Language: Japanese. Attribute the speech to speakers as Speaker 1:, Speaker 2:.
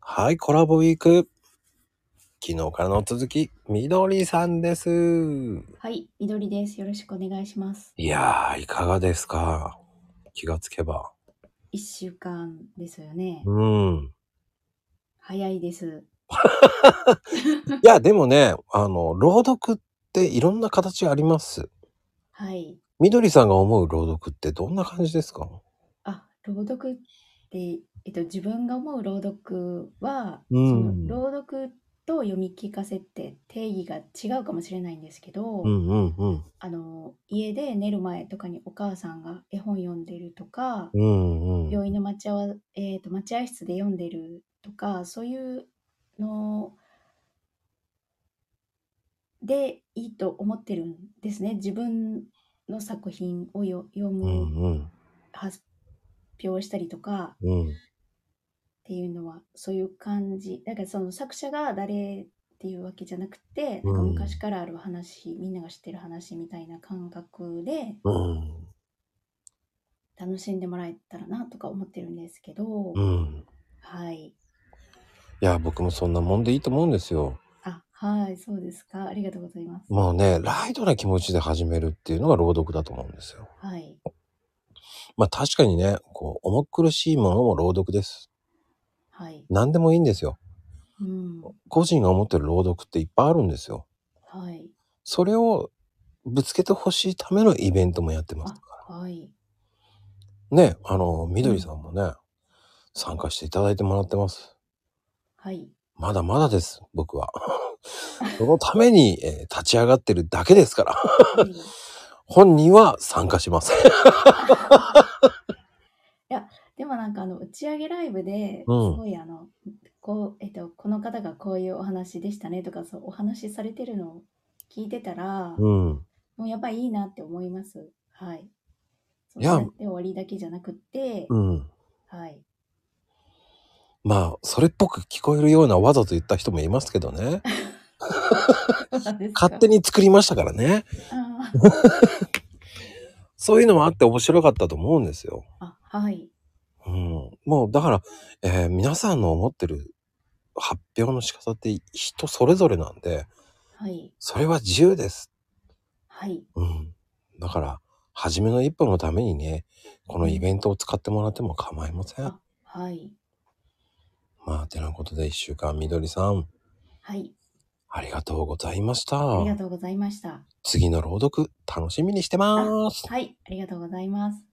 Speaker 1: はい、コラボウィーク。昨日からの続き、みどりさんです。
Speaker 2: はい、みどりです。よろしくお願いします。
Speaker 1: いやー、いかがですか気がつけば。
Speaker 2: 一週間ですよね。
Speaker 1: うん。
Speaker 2: 早いです。
Speaker 1: いや、でもね、あの、朗読っていろんな形あります。
Speaker 2: はい。
Speaker 1: みどりさんが思う朗読ってどんな感じですか
Speaker 2: あ、朗読って、えっと、自分が思う朗読は、
Speaker 1: う
Speaker 2: その
Speaker 1: ん。
Speaker 2: 朗読と読み聞かせって定義が違うかもしれないんですけ
Speaker 1: うん
Speaker 2: ど、
Speaker 1: うんうん。
Speaker 2: あの、家で寝る前とかにお母さんが絵本読んでるとか、
Speaker 1: うんうん。
Speaker 2: 病院の待ち合わ、えっと、待合室で読んでるとか、そういうのでいいと思ってるんですね。自分の作品をよ読
Speaker 1: う
Speaker 2: む、
Speaker 1: んうん。
Speaker 2: 発表したりとか、
Speaker 1: うん。
Speaker 2: っていうのはそういう感じだからその作者が誰っていうわけじゃなくてなんか
Speaker 1: う
Speaker 2: 昔
Speaker 1: ん。
Speaker 2: からある話みんなが知ってる話みたいな感覚で
Speaker 1: うん。
Speaker 2: 楽しんでもらえたらなとか思ってるんですけど
Speaker 1: うん。
Speaker 2: はい
Speaker 1: いや、僕もそんなもんでいいと思うんですよ。
Speaker 2: あはいそうですかありがとうございます
Speaker 1: もうね、ライトな気持ちで始めるっていうのが朗読だと思うんですよ。
Speaker 2: はい
Speaker 1: まあ確かにね、こう、重苦しいものも朗読です。
Speaker 2: はい
Speaker 1: 何でもいいんですよ。
Speaker 2: うん
Speaker 1: 個人が思ってる朗読っていっぱいあるんですよ。
Speaker 2: はい
Speaker 1: それをぶつけてほしいためのイベントもやってます
Speaker 2: あ
Speaker 1: か
Speaker 2: はい
Speaker 1: ら。ね、あの、み
Speaker 2: う
Speaker 1: どりさ
Speaker 2: ん
Speaker 1: んもね、参加していただいてもらってます。
Speaker 2: はい
Speaker 1: まだまだです、僕は。 そのために、えー立ち上がってるだけですから。
Speaker 2: はい
Speaker 1: 本人は参加しませ ん。
Speaker 2: いや、でもなんかあの打ち上げライブで
Speaker 1: う
Speaker 2: す
Speaker 1: ん。
Speaker 2: ごいあの、こう、えっと、この方がこういうお話でしたねとか、そう、お話しされてるのを聞いてたら、
Speaker 1: うん。
Speaker 2: もうやっぱいいなって思います。はい。そ、
Speaker 1: いうや、
Speaker 2: やって終わりだけじゃなくて、
Speaker 1: うん。
Speaker 2: はい。
Speaker 1: まあ、それっぽく聞こえるようなわざと言った人もいますけどね。
Speaker 2: そうなんです
Speaker 1: 勝
Speaker 2: か。
Speaker 1: 手に作りましたからね。
Speaker 2: あ
Speaker 1: そういうのもあって面白かったと思うんですよ。
Speaker 2: ーあ、はい。
Speaker 1: うん。もう、だから、えー皆さんの思ってる発表の仕方って人それぞれなんで、
Speaker 2: はい。
Speaker 1: それは自由です。
Speaker 2: はい。
Speaker 1: うん。だから、初めの一歩のためにね、こ
Speaker 2: う
Speaker 1: のイベ
Speaker 2: ん。
Speaker 1: ントを使ってもらっても構いません。
Speaker 2: あ、はい。
Speaker 1: まあ、てなことで一週間、みどりさん、
Speaker 2: はい。
Speaker 1: ありがとうございまし
Speaker 2: ありが
Speaker 1: た。
Speaker 2: とうございました。
Speaker 1: 次の朗読、楽しみにして
Speaker 2: あ、
Speaker 1: ます。
Speaker 2: はい。ありがとうございます。